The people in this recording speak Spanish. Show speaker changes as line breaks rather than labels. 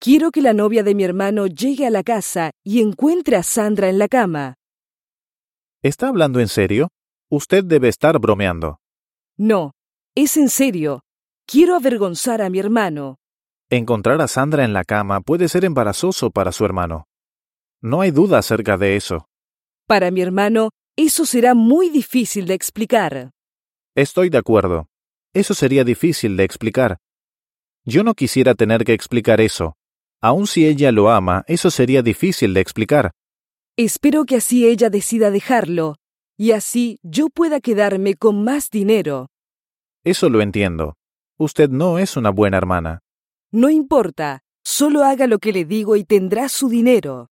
Quiero que la novia de mi hermano llegue a la casa y encuentre a Sandra en la cama.
¿Está hablando en serio? Usted debe estar bromeando.
No, es en serio. Quiero avergonzar a mi hermano.
Encontrar a Sandra en la cama puede ser embarazoso para su hermano. No hay duda acerca de eso.
Para mi hermano, eso será muy difícil de explicar.
Estoy de acuerdo. Eso sería difícil de explicar. Yo no quisiera tener que explicar eso. Aun si ella lo ama, eso sería difícil de explicar.
Espero que así ella decida dejarlo, y así yo pueda quedarme con más dinero.
Eso lo entiendo. Usted no es una buena hermana.
No importa, solo haga lo que le digo y tendrá su dinero.